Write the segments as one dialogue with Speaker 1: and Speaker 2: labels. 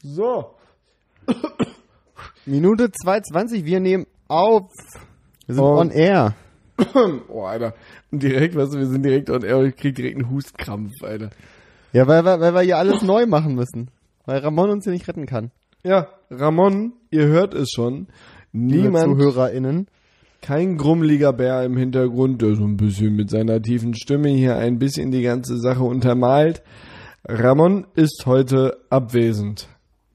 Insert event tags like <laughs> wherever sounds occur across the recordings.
Speaker 1: So.
Speaker 2: Minute 220, wir nehmen auf. Wir sind
Speaker 1: Und-
Speaker 2: on air.
Speaker 1: Oh, Alter. Und direkt, weißt du, wir sind direkt und er kriegt direkt einen Hustkrampf, Alter.
Speaker 2: Ja, weil, weil, weil wir hier alles neu machen müssen. Weil Ramon uns hier nicht retten kann.
Speaker 1: Ja, Ramon, ihr hört es schon.
Speaker 2: Liebe
Speaker 1: Niemand,
Speaker 2: ZuhörerInnen.
Speaker 1: kein grummeliger Bär im Hintergrund, der so ein bisschen mit seiner tiefen Stimme hier ein bisschen die ganze Sache untermalt. Ramon ist heute abwesend.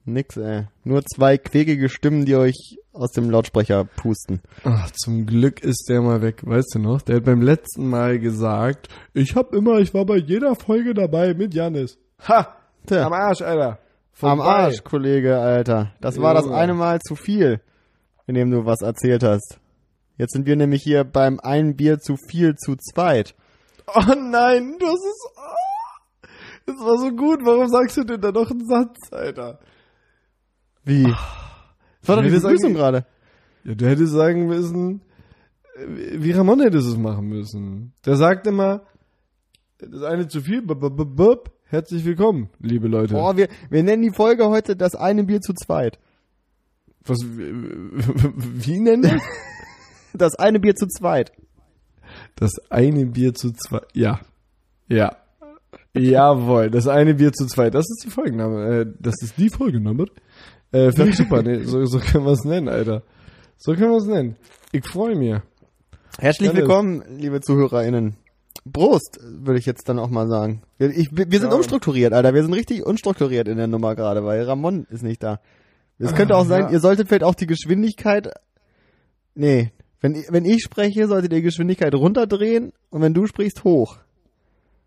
Speaker 2: Nix, ey. Nur zwei quäkige Stimmen, die euch aus dem Lautsprecher pusten.
Speaker 1: Ach, zum Glück ist der mal weg, weißt du noch? Der hat beim letzten Mal gesagt, ich hab immer, ich war bei jeder Folge dabei mit Janis. Ha!
Speaker 2: Tja.
Speaker 1: Am Arsch, Alter.
Speaker 2: Am
Speaker 1: Vorbei.
Speaker 2: Arsch, Kollege, Alter. Das war das
Speaker 1: Junge.
Speaker 2: eine Mal zu viel, in dem du was erzählt hast. Jetzt sind wir nämlich hier beim ein Bier zu viel zu zweit.
Speaker 1: Oh nein, du hast es. oh, Das war so gut. Warum sagst du denn da noch einen Satz, Alter?
Speaker 2: Wie? Das war doch die
Speaker 1: Ich will sagen,
Speaker 2: Begrüßung gerade.
Speaker 1: Ja, du hättest sagen müssen, äh, wie Ramon hättest du es machen müssen. Der sagt immer, das eine zu viel, bup, bup, bup, bup. herzlich willkommen, liebe Leute.
Speaker 2: Boah, wir, wir nennen die Folge heute das eine Bier zu zweit.
Speaker 1: Was, wie nennen wir das?
Speaker 2: Das eine Bier zu zweit.
Speaker 1: Das eine Bier zu zwei. Ja. Ja. Jawohl, das eine Bier zu zwei. Das ist die Folgenname. Äh, das ist die Folgenname. Äh, <laughs> fand ich super, ne? So, so können wir es nennen, Alter. So können wir es nennen. Ich freue mich.
Speaker 2: Herzlich
Speaker 1: Dennis.
Speaker 2: willkommen, liebe ZuhörerInnen. Prost, würde ich jetzt dann auch mal sagen. Wir, ich, wir wir sind
Speaker 1: Ja.
Speaker 2: umstrukturiert, Alter. Wir sind richtig unstrukturiert in der Nummer gerade, weil Ramon ist nicht da. Es könnte auch sein,
Speaker 1: Ah, ja.
Speaker 2: ihr solltet vielleicht auch die Geschwindigkeit. Nee, wenn, i- wenn ich spreche, solltet ihr die Geschwindigkeit runterdrehen und wenn du sprichst, hoch.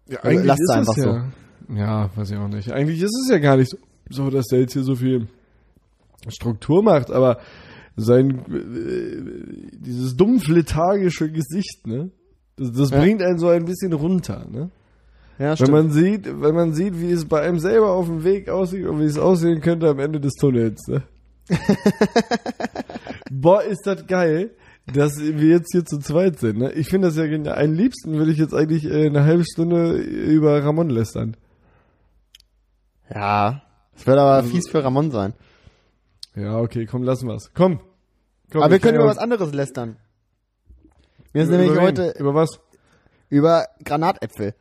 Speaker 1: Ja,
Speaker 2: eigentlich lasst es einfach
Speaker 1: ja, Ja, weiß ich auch nicht. Eigentlich ist es ja gar nicht so- so, dass der jetzt hier so viel Struktur macht, aber sein äh, dieses dumpf lethargische Gesicht, ne? Das, das
Speaker 2: Ja.
Speaker 1: bringt einen so ein bisschen runter, ne?
Speaker 2: Ja, stimmt.
Speaker 1: Wenn man sieht, wenn man sieht, wie es bei einem selber auf dem Weg aussieht und wie es aussehen könnte am Ende des Tunnels.
Speaker 2: <laughs>
Speaker 1: Ne? Boah, ist das geil, dass wir jetzt hier zu zweit sind. Ne? Ich finde das ja genial. Am liebsten würde ich jetzt eigentlich äh, eine halbe Stunde über Ramon lästern.
Speaker 2: ja. Es wird aber fies für Ramon sein.
Speaker 1: Ja, okay, komm, lassen wir's. Komm. komm
Speaker 2: Aber wir
Speaker 1: ich kann
Speaker 2: können
Speaker 1: ja
Speaker 2: über
Speaker 1: was-
Speaker 2: was anderes lästern. Wir sind
Speaker 1: über
Speaker 2: nämlich
Speaker 1: wen?
Speaker 2: heute
Speaker 1: Über was? <laughs>
Speaker 2: über Granatäpfel.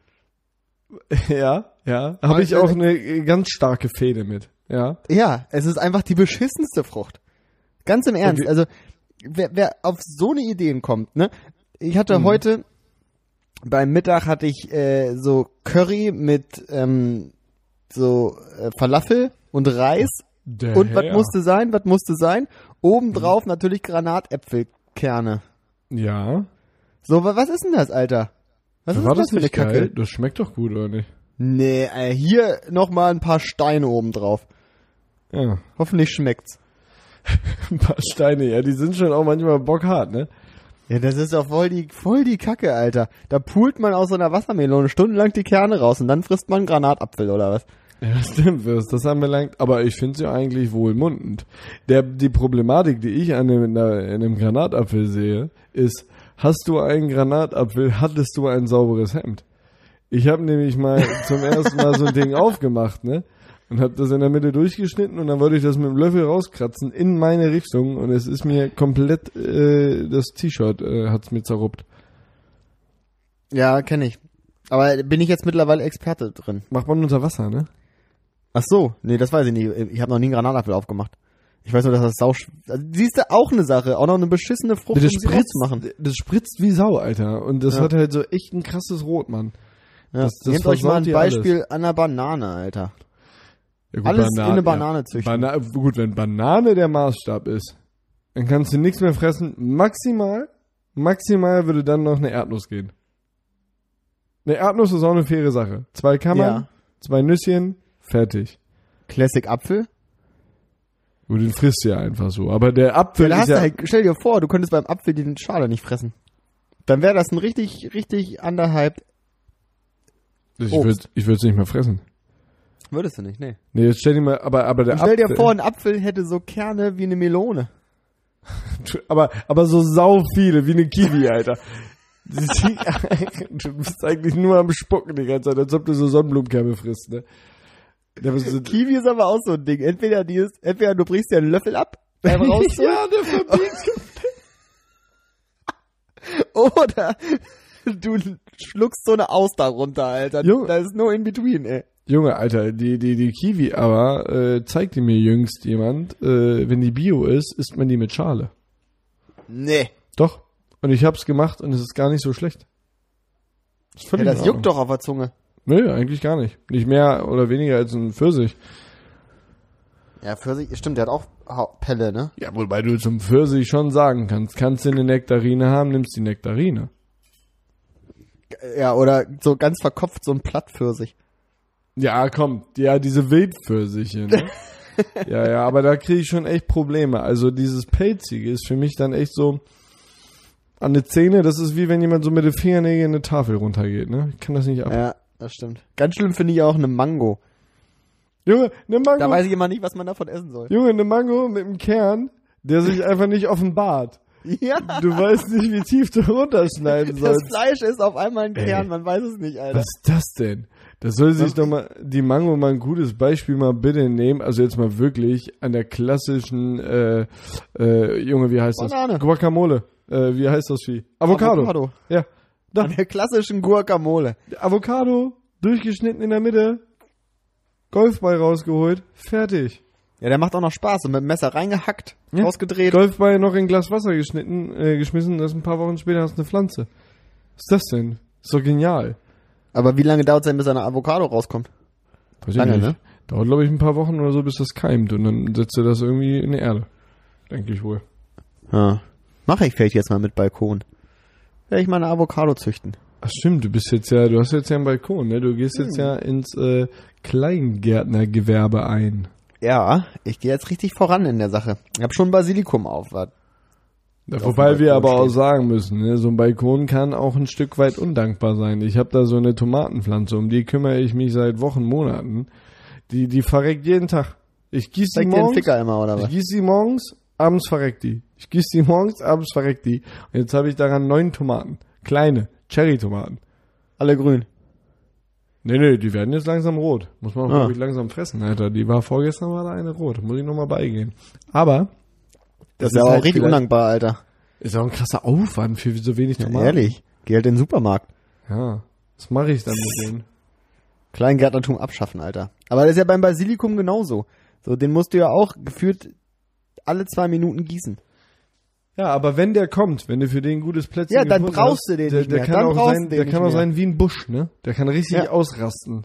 Speaker 1: ja, ja. Habe ich
Speaker 2: Heute-
Speaker 1: auch eine äh, ganz starke Fehde mit. Ja.
Speaker 2: Ja, es ist einfach die beschissenste Frucht. Ganz im Ernst.
Speaker 1: wir-
Speaker 2: Also, wer, wer auf so eine Ideen kommt, ne? Ich hatte heute, beim Mittag hatte ich äh, so Curry mit ähm, so äh, Falafel und Reis.
Speaker 1: Der
Speaker 2: Und was musste sein, was musste sein? Obendrauf natürlich Granatäpfelkerne.
Speaker 1: Ja.
Speaker 2: So, wa- was ist denn das, Alter? Was ist
Speaker 1: War das
Speaker 2: für eine
Speaker 1: nicht
Speaker 2: Kacke?
Speaker 1: geil? Das schmeckt doch gut, oder nicht?
Speaker 2: Nee, äh, hier nochmal ein paar Steine obendrauf.
Speaker 1: Ja.
Speaker 2: Hoffentlich schmeckt's.
Speaker 1: Ein paar Steine, ja, die sind schon auch manchmal bockhart, ne?
Speaker 2: Ja, das ist doch voll die, voll die Kacke, Alter. Da pult man aus so einer Wassermelone stundenlang die Kerne raus und dann frisst man einen Granatapfel oder was?
Speaker 1: Ja, <laughs> stimmt, was das anbelangt. Aber ich finde sie ja eigentlich wohlmundend. Der, die Problematik, die ich an dem, in der- in dem Granatapfel sehe, ist, hast du einen Granatapfel, hattest du ein sauberes Hemd. Ich habe nämlich mal zum ersten Mal so ein Ding aufgemacht, ne? Und habe das in der Mitte durchgeschnitten und dann wollte ich das mit dem Löffel rauskratzen in meine Richtung und es ist mir komplett, äh, das T-Shirt äh, hat's mir zerruppt.
Speaker 2: Ja, kenne ich. Aber bin ich jetzt mittlerweile Experte drin?
Speaker 1: Macht man unter Wasser, ne?
Speaker 2: Ach so, nee, das weiß ich nicht. Ich habe noch nie einen Granatapfel aufgemacht. Ich weiß nur, dass das sausch... Also, siehst du, auch eine Sache. Auch noch eine beschissene Frucht,
Speaker 1: das
Speaker 2: um sie
Speaker 1: spritzt,
Speaker 2: rauszumachen.
Speaker 1: das spritzt wie Sau, Alter. Und das
Speaker 2: Ja.
Speaker 1: hat halt so echt ein krasses Rot, Mann.
Speaker 2: Ja.
Speaker 1: das- das
Speaker 2: Nehmt euch mal
Speaker 1: versaut
Speaker 2: ein
Speaker 1: dir alles.
Speaker 2: Beispiel an einer Banane, Alter.
Speaker 1: Ja, gut,
Speaker 2: Alles in eine Banane züchten.
Speaker 1: Bana gut, wenn Banane der Maßstab ist, dann kannst du nichts mehr fressen. Maximal, maximal würde dann noch eine Erdnuss gehen. Eine Erdnuss ist auch eine faire Sache. Zwei Kammern,
Speaker 2: Ja.
Speaker 1: zwei Nüsschen, fertig.
Speaker 2: Classic Apfel.
Speaker 1: Gut, den frisst du ja einfach so. Aber der Apfel
Speaker 2: Da
Speaker 1: ist
Speaker 2: hast
Speaker 1: ja...
Speaker 2: du halt, stell dir vor, du könntest beim Apfel den Schale nicht fressen. Dann wäre das ein richtig, richtig underhyped.
Speaker 1: ich
Speaker 2: Obst.
Speaker 1: würde ich es nicht mehr fressen.
Speaker 2: Würdest du nicht, nee.
Speaker 1: Nee, jetzt stell dir mal... Aber, aber der
Speaker 2: Und stell
Speaker 1: Apfel...
Speaker 2: dir vor, ein Apfel hätte so Kerne wie eine Melone.
Speaker 1: Aber, aber so sau viele, wie eine Kiwi, Alter. Sie- <laughs> Du bist eigentlich nur am Spucken die ganze Zeit, als ob du so Sonnenblumenkerne frisst, ne? Der war so-
Speaker 2: Kiwi ist aber auch so ein Ding. Entweder die ist, entweder du brichst dir einen Löffel <laughs> ab, beim Rausholen,
Speaker 1: ja, der verbiegt.
Speaker 2: <laughs> oder du schluckst so eine Auster runter, Alter.
Speaker 1: Junge.
Speaker 2: Da ist no in between, ey.
Speaker 1: Junge, Alter, die, die, die Kiwi aber, äh, zeigte mir jüngst jemand, äh, wenn die Bio ist, isst man die mit Schale.
Speaker 2: Nee.
Speaker 1: Doch. Und ich hab's gemacht und es ist gar nicht so schlecht. Ist
Speaker 2: Ja,
Speaker 1: völlig
Speaker 2: das
Speaker 1: in Ordnung.
Speaker 2: juckt doch auf der Zunge.
Speaker 1: Nö, eigentlich gar nicht. Nicht mehr oder weniger als ein Pfirsich.
Speaker 2: Ja, Pfirsich, stimmt, der hat auch Hau- Pelle, ne?
Speaker 1: Ja, wobei du zum Pfirsich schon sagen kannst, kannst du eine Nektarine haben, nimmst die Nektarine.
Speaker 2: Ja, oder so ganz verkopft so ein Plattpfirsich.
Speaker 1: Ja, komm, ja, diese Wildpfirsiche,
Speaker 2: <laughs>
Speaker 1: ne? ja, ja, aber da kriege ich schon echt Probleme. Also dieses Pelzige ist für mich dann echt so an die Zähne, das ist wie wenn jemand so mit den Fingernägeln eine Tafel runtergeht, ne? Ich kann das nicht ab.
Speaker 2: Ja, das stimmt. Ganz schlimm finde ich auch eine Mango.
Speaker 1: Junge, eine
Speaker 2: Da
Speaker 1: Mango,
Speaker 2: weiß ich immer nicht, was man davon essen soll.
Speaker 1: Junge, eine Mango mit einem Kern, der sich einfach nicht offenbart.
Speaker 2: Ja,
Speaker 1: Du weißt nicht, wie tief du runterschneiden
Speaker 2: das
Speaker 1: sollst.
Speaker 2: Fleisch ist auf einmal ein
Speaker 1: Ey.
Speaker 2: Kern, man weiß es nicht, Alter.
Speaker 1: Was ist das denn? Das soll sich doch mal, die Mango mal ein gutes Beispiel mal bitte nehmen. Also jetzt mal wirklich an der klassischen, äh, äh, Junge, wie heißt
Speaker 2: Banane.
Speaker 1: das? Guacamole. Äh, wie heißt das Vieh? Avocado.
Speaker 2: Avocado.
Speaker 1: Ja. Da,
Speaker 2: An der klassischen Guacamole.
Speaker 1: Avocado, durchgeschnitten in der Mitte, Golfball rausgeholt, fertig.
Speaker 2: Ja, der macht auch noch Spaß. Und mit dem Messer reingehackt,
Speaker 1: Ja.
Speaker 2: ausgedreht.
Speaker 1: Golfball noch in ein Glas Wasser geschnitten, äh, geschmissen, das ein paar Wochen später hast du eine Pflanze. Was ist das denn? Ist doch genial.
Speaker 2: Aber wie lange dauert es denn, bis eine Avocado rauskommt?
Speaker 1: Weiß ich
Speaker 2: Lange,
Speaker 1: nicht.
Speaker 2: ne?
Speaker 1: Dauert, glaube ich, ein paar Wochen oder so, bis das keimt und dann setzt er das irgendwie in die Erde. Denke ich wohl.
Speaker 2: Ja. Mache ich vielleicht jetzt mal mit Balkon. Werde ich mal eine Avocado züchten.
Speaker 1: Ach stimmt, du bist jetzt ja, du hast jetzt ja einen Balkon, ne? Du gehst jetzt ja ins äh, Kleingärtnergewerbe ein.
Speaker 2: Ja, ich gehe jetzt richtig voran in der Sache. Ich habe schon Basilikum auf. wa-
Speaker 1: Ja,
Speaker 2: auf
Speaker 1: wobei
Speaker 2: dem
Speaker 1: wir
Speaker 2: Balkon
Speaker 1: aber auch
Speaker 2: steht.
Speaker 1: sagen müssen, ne? so ein Balkon kann auch ein Stück weit undankbar sein. Ich habe da so eine Tomatenpflanze, um die kümmere ich mich seit Wochen, Monaten. Die, die verreckt jeden Tag. Ich gieße die
Speaker 2: Zeig dir den
Speaker 1: morgens,
Speaker 2: Ficker immer, oder
Speaker 1: ich
Speaker 2: was?
Speaker 1: gieße die morgens, abends verreckt die. Ich gieße die morgens, abends verreckt die. Und jetzt habe ich daran neun Tomaten. Kleine, Cherry-Tomaten.
Speaker 2: Alle grün.
Speaker 1: Nee, nee, die werden jetzt langsam rot. Muss man,
Speaker 2: Ah.
Speaker 1: glaube ich, langsam fressen, Alter. Die war vorgestern war da eine rot. Muss ich nochmal beigehen. Aber.
Speaker 2: Das, ist aber auch richtig
Speaker 1: halt vielleicht-
Speaker 2: undankbar, Alter.
Speaker 1: Ist auch ein krasser Aufwand für so wenig
Speaker 2: Ja,
Speaker 1: Tomaten.
Speaker 2: ehrlich. Geh halt in den Supermarkt.
Speaker 1: Ja. Was mache ich dann mit denen?
Speaker 2: Kleingärtnertum abschaffen, Alter. Aber das ist ja beim Basilikum genauso. So, den musst du ja auch geführt alle zwei Minuten gießen.
Speaker 1: Ja, aber wenn der kommt, wenn du für den ein gutes Plätzchen
Speaker 2: Ja, dann
Speaker 1: gefunden
Speaker 2: brauchst
Speaker 1: hast,
Speaker 2: du den
Speaker 1: der,
Speaker 2: nicht
Speaker 1: der
Speaker 2: mehr.
Speaker 1: Kann
Speaker 2: Dann
Speaker 1: auch
Speaker 2: brauchst
Speaker 1: sein,
Speaker 2: du den
Speaker 1: der
Speaker 2: nicht
Speaker 1: kann auch
Speaker 2: mehr.
Speaker 1: sein wie ein Busch, ne? Der kann richtig
Speaker 2: Ja.
Speaker 1: ausrasten.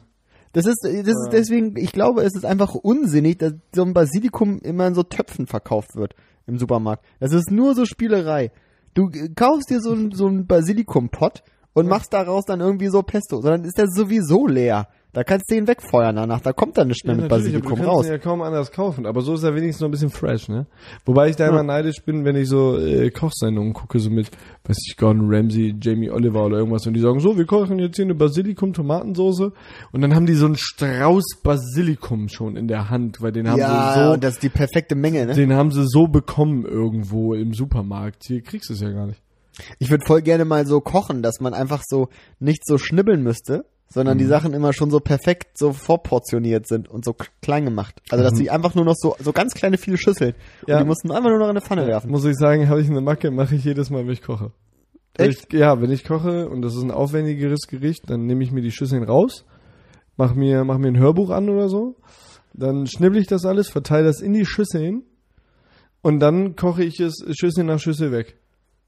Speaker 2: Das ist, das ist deswegen, ich glaube, es ist einfach unsinnig, dass so ein Basilikum immer in so Töpfen verkauft wird im Supermarkt. Das ist nur so Spielerei. Du äh, kaufst dir so ein, so ein Basilikum-Pot und machst daraus dann irgendwie so Pesto, sondern ist der sowieso leer. Da kannst du ihn wegfeuern danach, da kommt dann nicht mehr mit
Speaker 1: natürlich, aber
Speaker 2: Basilikum
Speaker 1: du kannst
Speaker 2: raus.
Speaker 1: ihn ja kaum anders kaufen, aber so ist er wenigstens noch ein bisschen fresh, ne? Wobei ich da immer neidisch bin, wenn ich so äh, Kochsendungen gucke, so mit, weiß ich, Gordon Ramsay, Jamie Oliver oder irgendwas und die sagen, so, wir kochen jetzt hier eine Basilikum-Tomatensoße und dann haben die so einen Strauß Basilikum schon in der Hand, weil den haben sie
Speaker 2: Ja,
Speaker 1: Also so,
Speaker 2: und das ist die perfekte Menge, ne?
Speaker 1: den haben sie so bekommen irgendwo im Supermarkt. Hier kriegst du es ja gar nicht.
Speaker 2: Ich würde voll gerne mal so kochen, dass man einfach so nicht so schnibbeln müsste, sondern
Speaker 1: Mhm.
Speaker 2: die Sachen immer schon so perfekt so vorportioniert sind und so k- klein gemacht. Also dass die einfach nur noch so so ganz kleine viele Schüsseln
Speaker 1: Mhm. Ja.
Speaker 2: und die mussten einfach nur noch in eine Pfanne werfen.
Speaker 1: Muss ich sagen, habe ich eine Macke, mache ich jedes Mal, wenn ich koche.
Speaker 2: Echt?
Speaker 1: Ich, ja, wenn ich koche und das ist ein aufwendigeres Gericht, dann nehme ich mir die Schüsseln raus, mach mir, mach mir ein Hörbuch an oder so, dann schnibbel ich das alles, verteile das in die Schüsseln und dann koche ich es Schüssel nach Schüssel weg.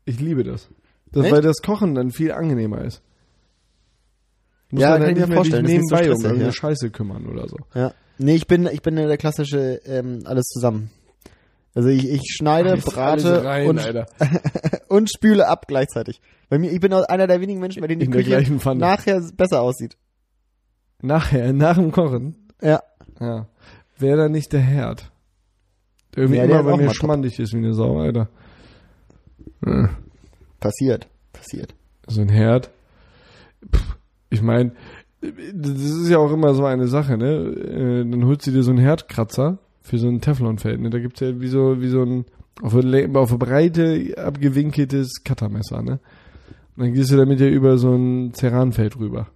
Speaker 1: Ich liebe das. das
Speaker 2: Echt?
Speaker 1: weil das Kochen dann viel angenehmer ist. Muss
Speaker 2: Ja,
Speaker 1: man
Speaker 2: kann ich
Speaker 1: dann nicht mehr
Speaker 2: mir
Speaker 1: dich
Speaker 2: vorstellen, das ist nicht so
Speaker 1: nebenbei um
Speaker 2: stressig,
Speaker 1: irgendeine
Speaker 2: ja.
Speaker 1: Scheiße kümmern oder so.
Speaker 2: Ja. Nee, ich bin ich bin ja der klassische ähm, alles zusammen. Also ich, ich schneide, brate
Speaker 1: Alles rein,
Speaker 2: und,
Speaker 1: Alter.
Speaker 2: und spüle ab gleichzeitig. Bei mir, ich bin auch einer der wenigen Menschen, bei denen die
Speaker 1: In der
Speaker 2: Küche
Speaker 1: gleichen Pfanne.
Speaker 2: nachher besser aussieht.
Speaker 1: Nachher, nach dem Kochen.
Speaker 2: Ja.
Speaker 1: Ja. Wäre da nicht der Herd. Der irgendwie
Speaker 2: Ja, der
Speaker 1: immer
Speaker 2: ist
Speaker 1: bei
Speaker 2: auch
Speaker 1: mir
Speaker 2: mal top.
Speaker 1: schmandig ist wie eine Sau, Alter. Ja,
Speaker 2: Passiert. Passiert.
Speaker 1: So ein Herd. Pff, ich meine, das ist ja auch immer so eine Sache, ne? Äh, Dann holst du dir so einen Herdkratzer für so ein Teflonfeld, ne? Da gibt's ja wie so, wie so ein, auf eine, Le- auf eine breite, abgewinkeltes Cuttermesser, ne? Und dann gehst du damit ja über so ein Ceranfeld rüber.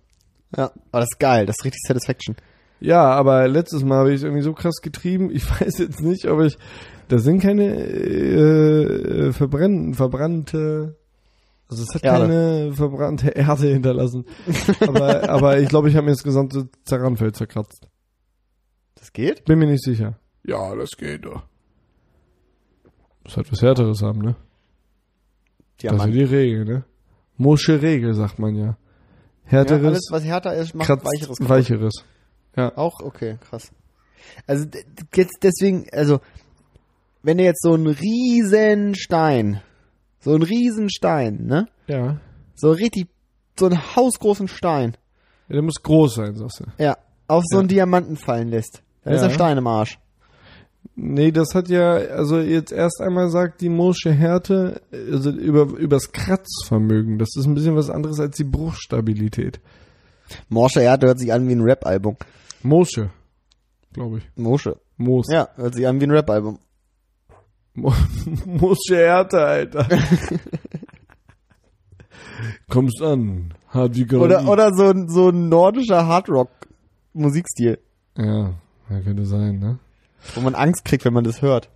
Speaker 2: Ja. Aber das ist geil, das ist richtig Satisfaction.
Speaker 1: Ja, aber letztes Mal habe ich es irgendwie so krass getrieben. Ich <laughs> weiß jetzt nicht, ob ich. Da sind keine äh, äh, verbrennen, verbrannte. Also es hat
Speaker 2: Erde.
Speaker 1: keine verbrannte Erde hinterlassen. aber, aber ich glaube, ich habe mir das gesamte Zerranfeld zerkratzt.
Speaker 2: Das geht?
Speaker 1: Bin mir nicht sicher. Ja, das geht doch. Muss halt was Härteres haben, ne?
Speaker 2: Ja,
Speaker 1: das sind die Regeln, ne? Mosche Regel, sagt man ja.
Speaker 2: Ja, alles,
Speaker 1: Härteres,
Speaker 2: was härter ist, macht
Speaker 1: kratzt
Speaker 2: weicheres. kaputt.
Speaker 1: weicheres. Ja.
Speaker 2: Auch? Okay, krass. Also d- d- jetzt deswegen, also wenn du jetzt so einen riesen Stein, so einen riesen Stein, ne?
Speaker 1: Ja.
Speaker 2: So richtig, so einen hausgroßen Stein,
Speaker 1: Ja, der muss groß sein, sagst du.
Speaker 2: ja, auf so einen Diamanten fallen lässt, dann ist
Speaker 1: Ja.
Speaker 2: ein Stein im Arsch.
Speaker 1: Nee, das hat ja, also jetzt erst einmal sagt die Mosche Härte, also über, übers Kratzvermögen. Das ist ein bisschen was anderes als die Bruchstabilität.
Speaker 2: Morsche Erde hört sich an wie ein Rap-Album.
Speaker 1: Mosche, glaube ich.
Speaker 2: Mosche.
Speaker 1: Moos.
Speaker 2: Ja, hört sich an wie ein Rap-Album.
Speaker 1: Mo <laughs> Mosche Härte,
Speaker 2: <laughs>
Speaker 1: Alter. Kommst an, hart wie Granit.
Speaker 2: Oder, oder so, ein- so ein nordischer Hardrock-Musikstil,
Speaker 1: Ja, ja, könnte sein, ne?
Speaker 2: wo man Angst kriegt, wenn man das hört.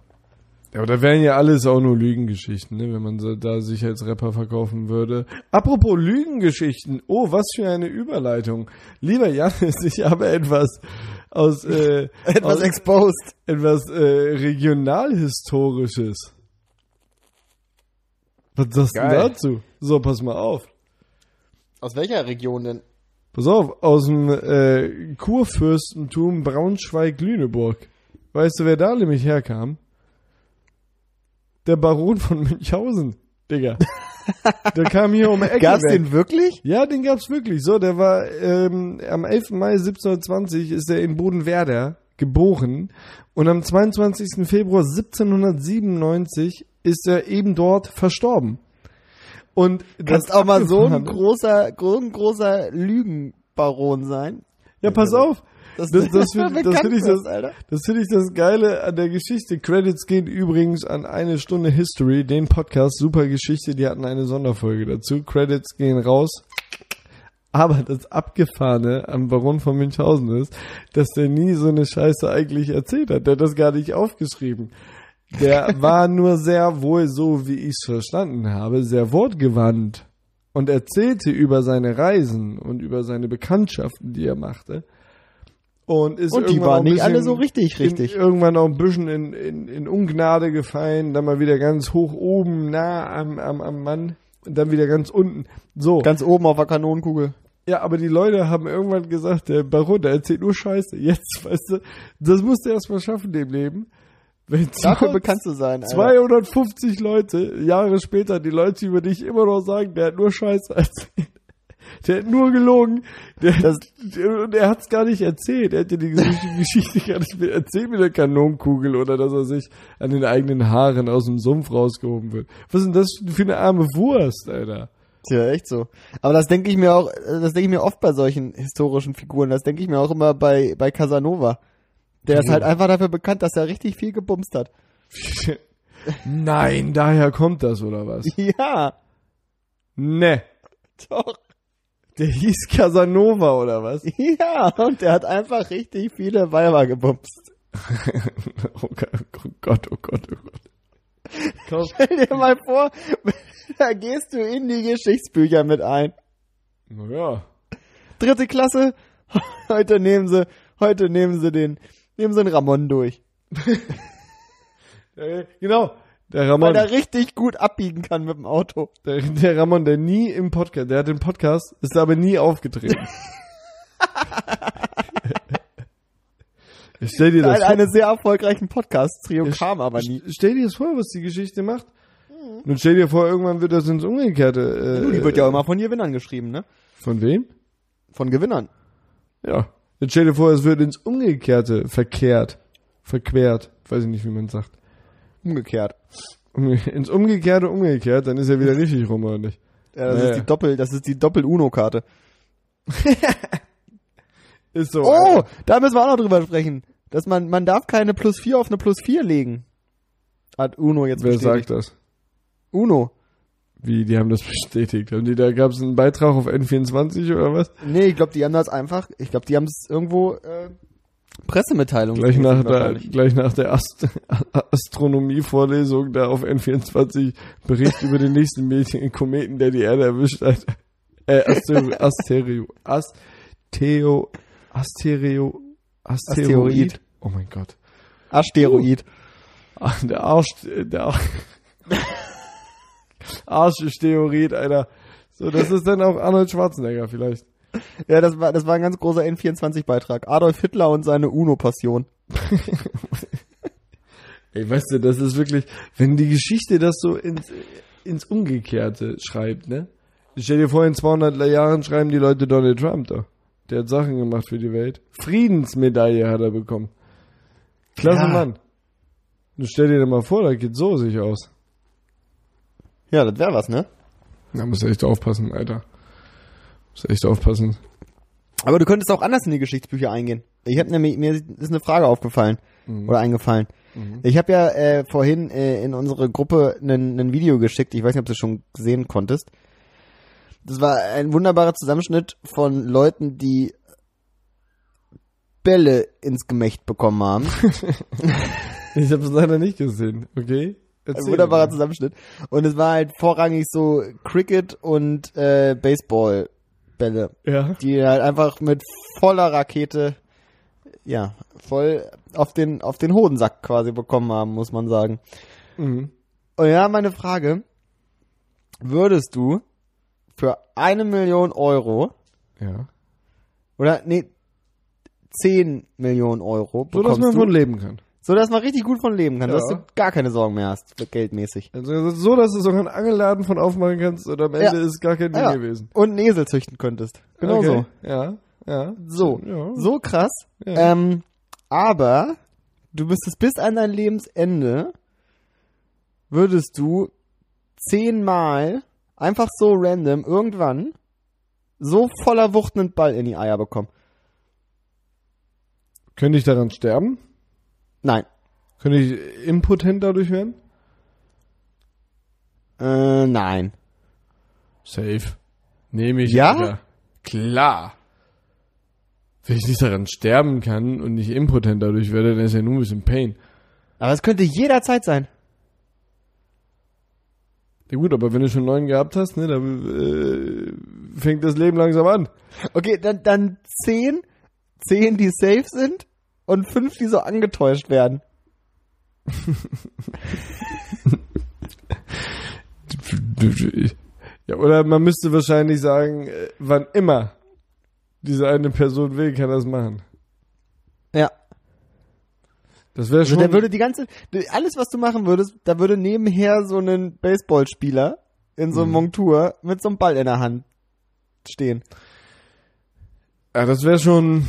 Speaker 1: Ja, aber da wären ja alles auch nur Lügengeschichten, ne? wenn man so, da sich als Rapper verkaufen würde. Apropos Lügengeschichten, oh, was für eine Überleitung. Lieber Janis, <laughs> ich habe etwas aus, äh,
Speaker 2: <laughs> Etwas
Speaker 1: aus
Speaker 2: exposed.
Speaker 1: etwas äh, regionalhistorisches. Was sagst du denn
Speaker 2: Geil.
Speaker 1: dazu? So, pass mal auf.
Speaker 2: Aus welcher Region denn?
Speaker 1: Pass auf, aus dem äh, Kurfürstentum Braunschweig-Lüneburg. Weißt du, wer da nämlich herkam? Der Baron von Münchhausen,
Speaker 2: <laughs>
Speaker 1: Digga. Der kam hier um die Ecke.
Speaker 2: Gab's
Speaker 1: weg.
Speaker 2: den wirklich?
Speaker 1: Ja, den gab's wirklich. So, der war ähm, am 11. Mai 1720 ist er in Bodenwerder geboren und am 22. Februar 1797 ist er eben dort verstorben. Und
Speaker 2: Kannst
Speaker 1: das
Speaker 2: auch mal so ein
Speaker 1: Abgefahrene-
Speaker 2: großer, so ein großer Lügenbaron sein.
Speaker 1: Ja, pass auf.
Speaker 2: Das-
Speaker 1: Das, das, <laughs> das,
Speaker 2: wer
Speaker 1: find- das
Speaker 2: kann
Speaker 1: finde ich,
Speaker 2: das,
Speaker 1: das,
Speaker 2: Alter?
Speaker 1: das finde ich das Geile an der Geschichte. Credits gehen übrigens an eine Stunde History, den Podcast, super Geschichte, die hatten eine Sonderfolge dazu. Credits gehen raus. Aber das Abgefahrene am Baron von Münchhausen ist, dass der nie so eine Scheiße eigentlich erzählt hat. Der hat das gar nicht aufgeschrieben.
Speaker 2: <laughs>
Speaker 1: Der war nur sehr wohl, so wie ich es verstanden habe, sehr wortgewandt und erzählte über seine Reisen und über seine Bekanntschaften, die er machte. Und, ist
Speaker 2: Und die
Speaker 1: irgendwann auch
Speaker 2: waren
Speaker 1: ein
Speaker 2: nicht alle
Speaker 1: bisschen
Speaker 2: so richtig, richtig.
Speaker 1: In, irgendwann auch ein bisschen in, in, in Ungnade gefallen, dann mal wieder ganz hoch oben, nah am, am, am Mann und dann wieder ganz unten. So.
Speaker 2: Ganz oben auf der Kanonenkugel.
Speaker 1: Ja, aber die Leute haben irgendwann gesagt, der Baron, der erzählt nur Scheiße. Jetzt, <laughs> weißt du, das musst du erst mal schaffen, dem Leben. Wenn
Speaker 2: Dafür
Speaker 1: sonst
Speaker 2: bekannt zu sein, Alter.
Speaker 1: 250 Leute, Jahre später, die Leute über dich immer noch sagen, der hat nur Scheiße erzählt. <laughs> Der hat nur gelogen. Der,
Speaker 2: Das-
Speaker 1: der, und er hat's gar nicht erzählt. Er hat dir die Geschichte, Geschichte gar nicht mehr erzählt mit der Kanonenkugel oder dass er sich an den eigenen Haaren aus dem Sumpf rausgehoben wird. Was ist denn das für eine arme Wurst, Alter?
Speaker 2: Tja, echt so. Aber das denke ich mir auch, das denke ich mir oft bei solchen historischen Figuren. Das denke ich mir auch immer bei, bei Casanova. Der ist halt einfach dafür bekannt, dass er richtig viel gebumst hat. <laughs>
Speaker 1: <laughs> Nein, daher kommt das oder was?
Speaker 2: Ja,
Speaker 1: Ne,
Speaker 2: doch.
Speaker 1: der hieß Casanova oder was? <laughs>
Speaker 2: Ja, und der hat einfach richtig viele Weiber gebumst.
Speaker 1: Oh Gott, oh Gott, oh Gott. Oh Gott. Kauf,
Speaker 2: Stell dir mal vor, <laughs> da gehst du in die Geschichtsbücher mit ein.
Speaker 1: naja.
Speaker 2: dritte Klasse. <laughs> Heute nehmen sie, heute nehmen sie den, nehmen sie den Ramon durch.
Speaker 1: Äh, Genau, der
Speaker 2: Weil
Speaker 1: Ramon,
Speaker 2: der
Speaker 1: der,
Speaker 2: richtig gut abbiegen kann mit dem Auto.
Speaker 1: der Ramon, der nie im Podcast, der hat den Podcast, ist aber nie
Speaker 2: <laughs>
Speaker 1: aufgetreten. Ich stell dir das
Speaker 2: Teil
Speaker 1: vor.
Speaker 2: eines sehr erfolgreichen Podcasts. Trio
Speaker 1: Ich-
Speaker 2: kam aber nie.
Speaker 1: st- Stell dir das vor, was die Geschichte macht. Nun stell dir vor, irgendwann wird das ins Umgekehrte. Äh,
Speaker 2: Die wird ja immer von Gewinnern geschrieben, ne?
Speaker 1: Von wem?
Speaker 2: Von Gewinnern.
Speaker 1: Ja. Jetzt stell dir vor, es wird ins Umgekehrte verkehrt. Verquert. Weiß ich nicht, wie man sagt.
Speaker 2: Umgekehrt.
Speaker 1: Umge ins Umgekehrte umgekehrt, dann ist er wieder richtig rum, oder nicht?
Speaker 2: Ja, das
Speaker 1: Ja,
Speaker 2: ist
Speaker 1: ja.
Speaker 2: die Doppel, das ist die Doppel-Uno-Karte.
Speaker 1: Ist so.
Speaker 2: Oh,
Speaker 1: Alter.
Speaker 2: da müssen wir auch noch drüber sprechen. Dass man, man darf keine plus vier auf eine plus vier legen. Hat Uno jetzt
Speaker 1: Wer sagt
Speaker 2: bestätigt.
Speaker 1: das?
Speaker 2: Uno.
Speaker 1: Wie, die haben das <laughs> bestätigt. Haben die, da gab es einen Beitrag auf N24 oder was?
Speaker 2: Nee, ich glaube, die haben das einfach, ich glaube, die haben es irgendwo äh, Pressemitteilung.
Speaker 1: Gleich nach,
Speaker 2: gelesen,
Speaker 1: der,
Speaker 2: wahrscheinlich.
Speaker 1: gleich nach der Ast <laughs> Astronomievorlesung da auf N24 Bericht über den nächsten Mädchen Kometen, der die Erde erwischt hat. Äh, Astero Asterio Asteo Asterio Asteroid.
Speaker 2: Asteroid.
Speaker 1: Oh mein Gott.
Speaker 2: Asteroid.
Speaker 1: Ah, Der Arsch der Arsch, <laughs> Arsch ist Theorit, Alter. So, das ist dann auch Arnold Schwarzenegger vielleicht.
Speaker 2: Ja, das war, das war ein ganz großer N24-Beitrag. Adolf Hitler und seine UNO-Passion.
Speaker 1: Ey, weißt du, das ist wirklich, wenn die Geschichte das so ins, ins Umgekehrte schreibt, ne? Stell dir vor, in 200 Jahren schreiben die Leute Donald Trump da. Der hat Sachen gemacht für die Welt. Friedensmedaille hat er bekommen. Klasse
Speaker 2: Ja.
Speaker 1: Mann. Du stell dir das mal vor, da geht so sich aus.
Speaker 2: Ja, das wäre was, ne?
Speaker 1: Da musst du echt aufpassen, Alter. Musst echt aufpassen.
Speaker 2: Aber du könntest auch anders in die Geschichtsbücher eingehen. Ich habe nämlich, mir ist eine Frage aufgefallen oder eingefallen. Ich habe ja äh, vorhin äh, in unsere Gruppe ein Video geschickt, ich weiß nicht, ob du es schon sehen konntest. Das war ein wunderbarer Zusammenschnitt von Leuten, die Bälle ins Gemächt bekommen haben.
Speaker 1: Ich habe es leider nicht gesehen, okay? Erzähl
Speaker 2: Ein wunderbarer
Speaker 1: mal.
Speaker 2: Zusammenschnitt. Und es war halt vorrangig so Cricket und äh, Baseball-Bälle.
Speaker 1: Ja.
Speaker 2: die halt einfach mit voller Rakete, ja, voll auf den, auf den Hodensack quasi bekommen haben, muss man sagen.
Speaker 1: Mhm.
Speaker 2: Und ja, meine Frage, würdest du für eine Million Euro
Speaker 1: Ja.
Speaker 2: oder, nee, 10 Millionen Euro
Speaker 1: So, dass
Speaker 2: bekommst
Speaker 1: man
Speaker 2: du,
Speaker 1: von leben kann.
Speaker 2: so dass man richtig gut von leben kann,
Speaker 1: Ja.
Speaker 2: dass du gar keine Sorgen mehr hast, geldmäßig.
Speaker 1: Also so, dass du sogar einen Angelladen von aufmachen kannst und am Ende ist gar kein Ding
Speaker 2: Ja.
Speaker 1: gewesen.
Speaker 2: Und einen Esel züchten könntest. Genau so.
Speaker 1: okay. Ja, ja.
Speaker 2: So,
Speaker 1: Ja.
Speaker 2: so krass.
Speaker 1: Ja.
Speaker 2: Ähm, aber du müsstest bis an dein Lebensende würdest du zehnmal einfach so random irgendwann so voller Wucht einen Ball in die Eier bekommen.
Speaker 1: Könnte ich daran sterben?
Speaker 2: Nein.
Speaker 1: Könnte ich impotent dadurch werden?
Speaker 2: Äh, nein.
Speaker 1: Safe. Nehme ich.
Speaker 2: Ja?
Speaker 1: Alter. Klar. Wenn ich nicht daran sterben kann und nicht impotent dadurch werde, dann ist ja nur ein bisschen Pain.
Speaker 2: Aber es könnte jederzeit sein.
Speaker 1: Ja gut, aber wenn du schon neun gehabt hast, ne, dann äh, fängt das Leben langsam an.
Speaker 2: Okay, dann, dann zehn, zehn, die safe sind und fünf, die so angetäuscht werden.
Speaker 1: Ja, oder man müsste wahrscheinlich sagen, äh, wann immer diese eine Person will, kann das machen.
Speaker 2: Ja.
Speaker 1: Das wäre
Speaker 2: Also
Speaker 1: schon.
Speaker 2: der würde die ganze, alles was du machen würdest, da würde nebenher so ein Baseballspieler in so einem Montur mit so einem Ball in der Hand stehen.
Speaker 1: ja, Ah, das wäre schon.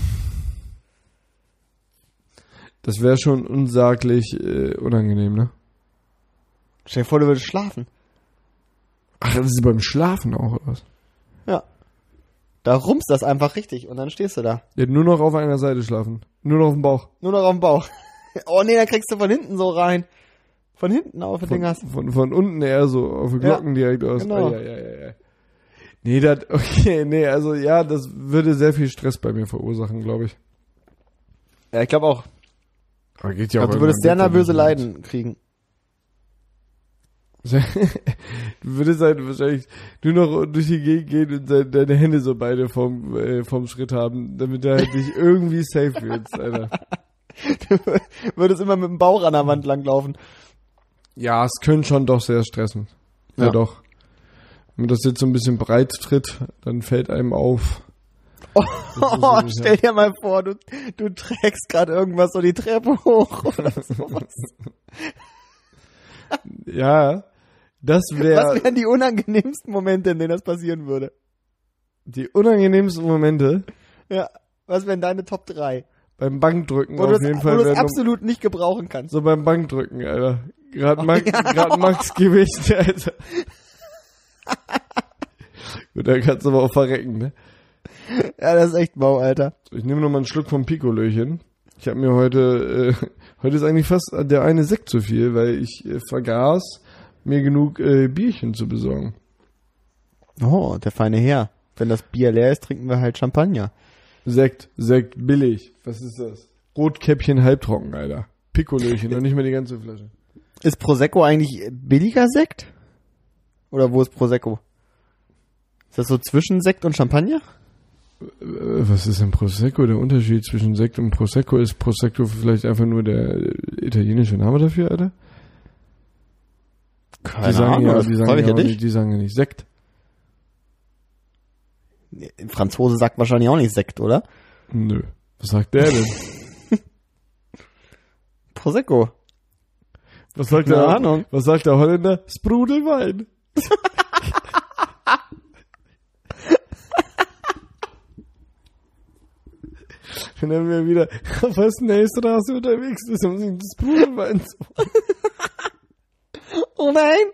Speaker 1: Das wäre schon unsaglich äh, unangenehm, ne?
Speaker 2: Stell dir vor, du würdest schlafen.
Speaker 1: Ach, das ist beim Schlafen auch oder was?
Speaker 2: Ja. Da rumpst das einfach richtig und dann stehst du da.
Speaker 1: Ja, nur noch auf einer Seite schlafen. Nur noch auf dem Bauch.
Speaker 2: Nur noch auf dem Bauch. <laughs> Oh nee, da kriegst du von hinten so rein. Von hinten auf den
Speaker 1: Von,
Speaker 2: Dingers.
Speaker 1: von, von unten eher so, auf den
Speaker 2: Ja,
Speaker 1: Glocken direkt aus.
Speaker 2: genau.
Speaker 1: Ah, ja, ja, ja, ja. Nee, das, <laughs> okay, nee, also ja, das würde sehr viel Stress bei mir verursachen, glaube ich.
Speaker 2: Ja, ich glaube auch.
Speaker 1: Aber geht
Speaker 2: Ich
Speaker 1: ja auch
Speaker 2: glaub, Also du würdest sehr
Speaker 1: irgendwann
Speaker 2: nervöse
Speaker 1: mit, wenn man-
Speaker 2: Leiden kriegen.
Speaker 1: <laughs> du würdest halt wahrscheinlich nur noch durch die Gegend gehen und deine, deine Hände so beide vom, äh, vom Schritt haben, damit du halt
Speaker 2: <laughs>
Speaker 1: dich irgendwie safe fühlst, Alter.
Speaker 2: Du würdest immer mit dem Bauch an der Wand langlaufen.
Speaker 1: Ja, es können schon doch sehr stressen. Ja,
Speaker 2: Ja.
Speaker 1: doch. Wenn man das jetzt so ein bisschen breit tritt, dann fällt einem auf.
Speaker 2: Oh, <laughs>
Speaker 1: ist so sicher.
Speaker 2: stell dir mal vor, du, du trägst gerade irgendwas so die Treppe
Speaker 1: <laughs>
Speaker 2: hoch oder sowas.
Speaker 1: Ja, das
Speaker 2: Was
Speaker 1: wäre
Speaker 2: wären die unangenehmsten Momente, in denen das passieren würde?
Speaker 1: die unangenehmsten Momente
Speaker 2: Ja. Was wären deine Top 3?
Speaker 1: beim Bankdrücken
Speaker 2: Wo
Speaker 1: auf
Speaker 2: du
Speaker 1: jeden
Speaker 2: es- wo
Speaker 1: Fall.
Speaker 2: du es
Speaker 1: werden um-
Speaker 2: absolut nicht gebrauchen kannst.
Speaker 1: So beim Bankdrücken, Alter. Gerade Max, grad Max Gewicht, <laughs> Alter. Gut, da kannst du aber auch verrecken, ne?
Speaker 2: Ja, das ist echt mau, Alter.
Speaker 1: So, ich nehme noch mal einen Schluck vom Picolöchen. Ich habe mir heute, äh, <laughs> heute ist eigentlich fast der eine Sekt zu viel, weil ich äh, vergaß, mir genug äh, Bierchen zu besorgen.
Speaker 2: Oh, der feine Herr. Wenn das Bier leer ist, trinken wir halt Champagner.
Speaker 1: Sekt, Sekt billig. Was ist das? Rotkäppchen halbtrocken, Alter. Piccolöchen und nicht mehr die ganze Flasche.
Speaker 2: Ist Prosecco eigentlich billiger Sekt? Oder wo ist Prosecco? Ist das so zwischen Sekt und Champagner?
Speaker 1: Äh, Was ist denn Prosecco? Der Unterschied zwischen Sekt und Prosecco ist Prosecco vielleicht einfach nur der äh, italienische Name dafür, Alter?
Speaker 2: Keine
Speaker 1: die sagen ja,
Speaker 2: das
Speaker 1: die
Speaker 2: frag
Speaker 1: sagen
Speaker 2: ich
Speaker 1: ja,
Speaker 2: ja
Speaker 1: auch
Speaker 2: dich.
Speaker 1: nicht, die sagen ja nicht Sekt.
Speaker 2: Ein Franzose sagt wahrscheinlich auch nicht Sekt, oder?
Speaker 1: Nö. Was sagt der denn?
Speaker 2: Prosecco.
Speaker 1: <laughs> Was sagt
Speaker 2: Keine
Speaker 1: der,
Speaker 2: Ahnung.
Speaker 1: Was sagt der Holländer? <laughs> Sprudelwein. Wenn er mir wieder <laughs> auf der Snellstraße unterwegs ist, um sich das Sprudelwein zu
Speaker 2: Oh nein,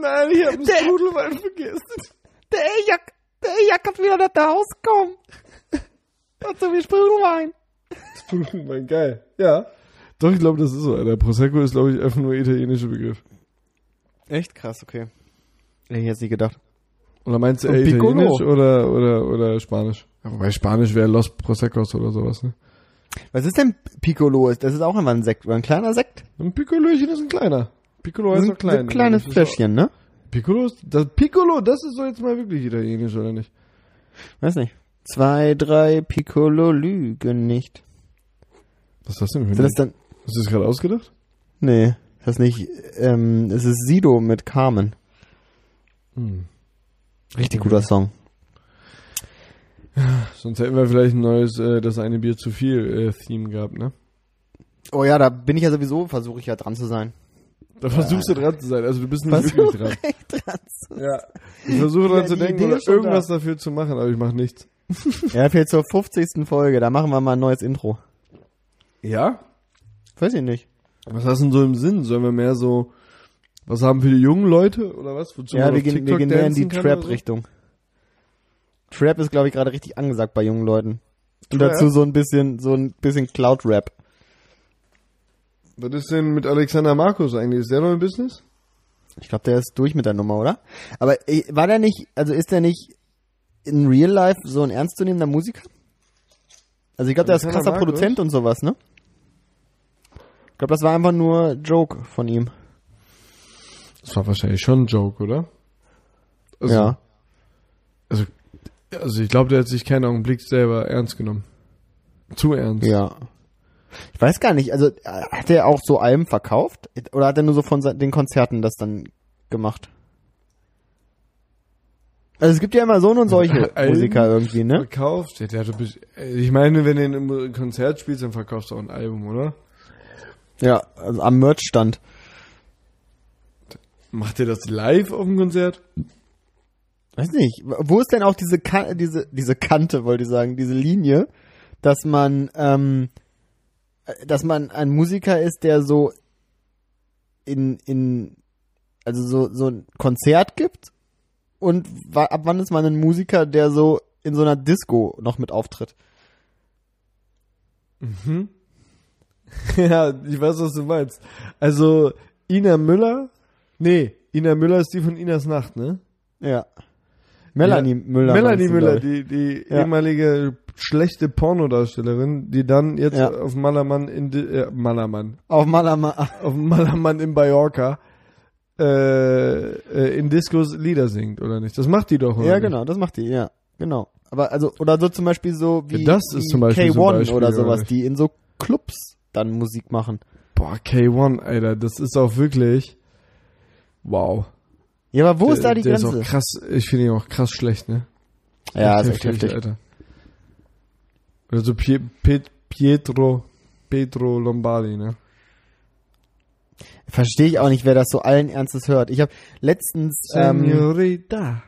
Speaker 1: Nein, ich habe den Sprudelwein vergessen.
Speaker 2: der Ejak, der Ejak hat wieder nicht nach Hause gekommen. <laughs> Hat so viel Sprudelwein.
Speaker 1: <laughs> Sprudelwein, geil. Ja. Doch, ich glaube, das ist so einer. Prosecco ist, glaube ich, einfach nur italienischer Begriff.
Speaker 2: Echt krass, okay. Hätte ich jetzt nicht gedacht.
Speaker 1: Oder meinst du
Speaker 2: Und
Speaker 1: eher
Speaker 2: Piccolo.
Speaker 1: italienisch oder, oder, oder spanisch? Ja, wobei spanisch wäre Los Proseccos oder sowas, ne?
Speaker 2: Was ist denn Piccolo? Das ist auch immer ein Sekt, oder ein kleiner Sekt?
Speaker 1: Ein Piccolöchen ist ein kleiner. Piccolo ist
Speaker 2: ein,
Speaker 1: so klein.
Speaker 2: ein kleines
Speaker 1: Das ist
Speaker 2: Fläschchen, ne?
Speaker 1: so- Piccolo ist, das Piccolo, das ist so jetzt mal wirklich italienisch, oder nicht?
Speaker 2: Weiß nicht. Zwei, drei Piccolo lügen nicht.
Speaker 1: Was ist das denn für
Speaker 2: Sind
Speaker 1: ein
Speaker 2: das dann,
Speaker 1: Hast du das gerade ausgedacht?
Speaker 2: nee, ist das nicht, ähm, es ist Sido mit Carmen.
Speaker 1: Hm.
Speaker 2: Richtig guter Song.
Speaker 1: Sonst hätten wir vielleicht ein neues, äh, das eine Bier zu viel äh, Theme gehabt, ne?
Speaker 2: Oh ja, da bin ich ja sowieso, versuche ich ja dran zu sein.
Speaker 1: Da versuchst du dran zu sein, also du bist nicht
Speaker 2: Versuche
Speaker 1: wirklich
Speaker 2: ich <laughs> dran zu
Speaker 1: dran. <laughs> Ja. Ich versuche dran
Speaker 2: Ja,
Speaker 1: zu
Speaker 2: die
Speaker 1: denken
Speaker 2: Idee
Speaker 1: oder
Speaker 2: ist schon
Speaker 1: irgendwas dafür zu machen, aber ich mache nichts.
Speaker 2: Ja, fehlt zur 50. Folge, da machen wir mal ein neues Intro.
Speaker 1: Ja?
Speaker 2: Weiß ich nicht.
Speaker 1: Was hast du denn so im Sinn? Sollen wir mehr so, was haben wir die jungen Leute oder was? Wozu
Speaker 2: ja,
Speaker 1: man
Speaker 2: wir
Speaker 1: auf
Speaker 2: gehen, wir
Speaker 1: TikTok
Speaker 2: gehen mehr in die
Speaker 1: dancen kann oder so?
Speaker 2: Trap-Richtung. Trap ist, glaube ich, gerade richtig angesagt bei jungen Leuten. Und
Speaker 1: Trap?
Speaker 2: dazu so ein bisschen, so ein bisschen Cloud-Rap.
Speaker 1: Was ist denn mit Alexander Markus eigentlich? Ist der noch im Business?
Speaker 2: Ich glaube, der ist durch mit der Nummer, oder? Aber äh, war der nicht, also ist der nicht in real life so ein ernstzunehmender Musiker? Also ich glaube, der ist
Speaker 1: Alexander
Speaker 2: krasser
Speaker 1: Markus?
Speaker 2: Produzent und sowas, ne? Ich glaube, das war einfach nur Joke von ihm.
Speaker 1: Das war wahrscheinlich schon ein Joke, oder? Also,
Speaker 2: ja.
Speaker 1: Also, also ich glaube, der hat sich keinen Augenblick selber ernst genommen. Zu ernst.
Speaker 2: Ja. Ich weiß gar nicht, also äh, hat er auch so Alben verkauft? Oder hat er nur so von se- den Konzerten das dann gemacht? Also es gibt ja immer so und solche
Speaker 1: Alben?
Speaker 2: Musiker irgendwie, ne?
Speaker 1: Verkauft? Ja, der hat, bes- äh, ich meine, wenn du in einem Konzert spielst, dann verkaufst du auch ein Album, oder?
Speaker 2: Ja, also am Merchstand.
Speaker 1: Macht ihr das live auf dem Konzert?
Speaker 2: Weiß nicht. Wo ist denn auch diese Kan diese diese Kante, wollte ich sagen, diese Linie, dass man ähm, äh, dass man ein Musiker ist, der so in in also so so ein Konzert gibt und wa ab wann ist man ein Musiker, der so in so einer Disco noch mit auftritt?
Speaker 1: <laughs> ja, ich weiß, was du meinst. Also, Ina Müller? Nee, Ina Müller ist die von Inas Nacht, ne?
Speaker 2: Ja. Melanie
Speaker 1: Ja,
Speaker 2: Müller.
Speaker 1: Melanie
Speaker 2: meinst du,
Speaker 1: Müller,
Speaker 2: glaub ich.
Speaker 1: die, die
Speaker 2: Ja.
Speaker 1: ehemalige schlechte Pornodarstellerin, die dann jetzt
Speaker 2: Ja.
Speaker 1: auf Malermann in Di- äh, Malermann,
Speaker 2: Auf Malama.
Speaker 1: auf Malermann in Mallorca äh, äh, in Discos Lieder singt, oder nicht? Das macht die doch, oder?
Speaker 2: Ja,
Speaker 1: nicht?
Speaker 2: genau, das macht die, ja. Genau. Aber also, oder so zum Beispiel so wie,
Speaker 1: Ja, das ist
Speaker 2: wie
Speaker 1: zum Beispiel
Speaker 2: K1
Speaker 1: so ein Beispiel,
Speaker 2: oder
Speaker 1: oder
Speaker 2: sowas,
Speaker 1: nicht?
Speaker 2: die in so Clubs dann Musik machen.
Speaker 1: Boah, K1, Alter, das ist auch wirklich. Wow.
Speaker 2: Ja, aber wo ist da
Speaker 1: Der-
Speaker 2: die
Speaker 1: der
Speaker 2: Grenze?
Speaker 1: Ist auch krass, ich finde ihn auch krass schlecht, ne?
Speaker 2: ja, ist
Speaker 1: Echt
Speaker 2: echt heftig.
Speaker 1: Alter. Oder so Pie Piet- Pietro, Pietro Lombardi, ne?
Speaker 2: Verstehe ich auch nicht, wer das so allen Ernstes hört. Ich habe letztens, ähm,
Speaker 1: <laughs> Senorita.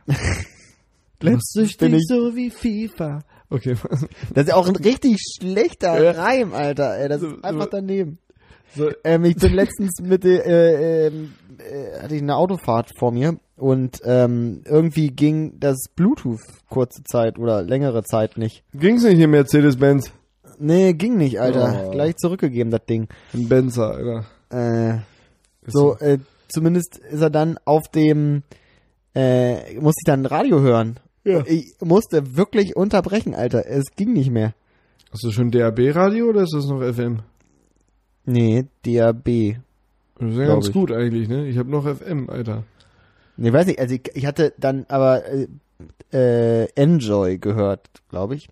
Speaker 2: letztens bin ich,
Speaker 1: so wie FIFA. Okay, <laughs>
Speaker 2: das ist ja auch ein richtig schlechter
Speaker 1: Ja.
Speaker 2: Reim, Alter, ey, das
Speaker 1: So-
Speaker 2: ist einfach
Speaker 1: so-
Speaker 2: daneben.
Speaker 1: so,
Speaker 2: ähm, ich bin letztens mit de- äh, ähm, äh, hatte ich eine Autofahrt vor mir und ähm, irgendwie ging das Bluetooth kurze Zeit oder längere Zeit nicht.
Speaker 1: ging's nicht in Mercedes-Benz?
Speaker 2: Nee, ging nicht, Alter.
Speaker 1: Oh.
Speaker 2: Gleich zurückgegeben, das Ding.
Speaker 1: Ein Benzer, Alter.
Speaker 2: Äh, so, äh, zumindest ist er dann auf dem, äh, musste ich dann Radio hören.
Speaker 1: Ja.
Speaker 2: Ich musste wirklich unterbrechen, Alter. Es ging nicht mehr.
Speaker 1: Hast du schon DAB-Radio oder ist das noch FM?
Speaker 2: Nee, DAB.
Speaker 1: Das ist ja
Speaker 2: Glaub
Speaker 1: ganz
Speaker 2: ich.
Speaker 1: gut eigentlich, ne? Ich habe noch FM, Alter.
Speaker 2: Nee, weiß nicht. Also ich, ich hatte dann aber äh, äh, Enjoy gehört, glaube ich.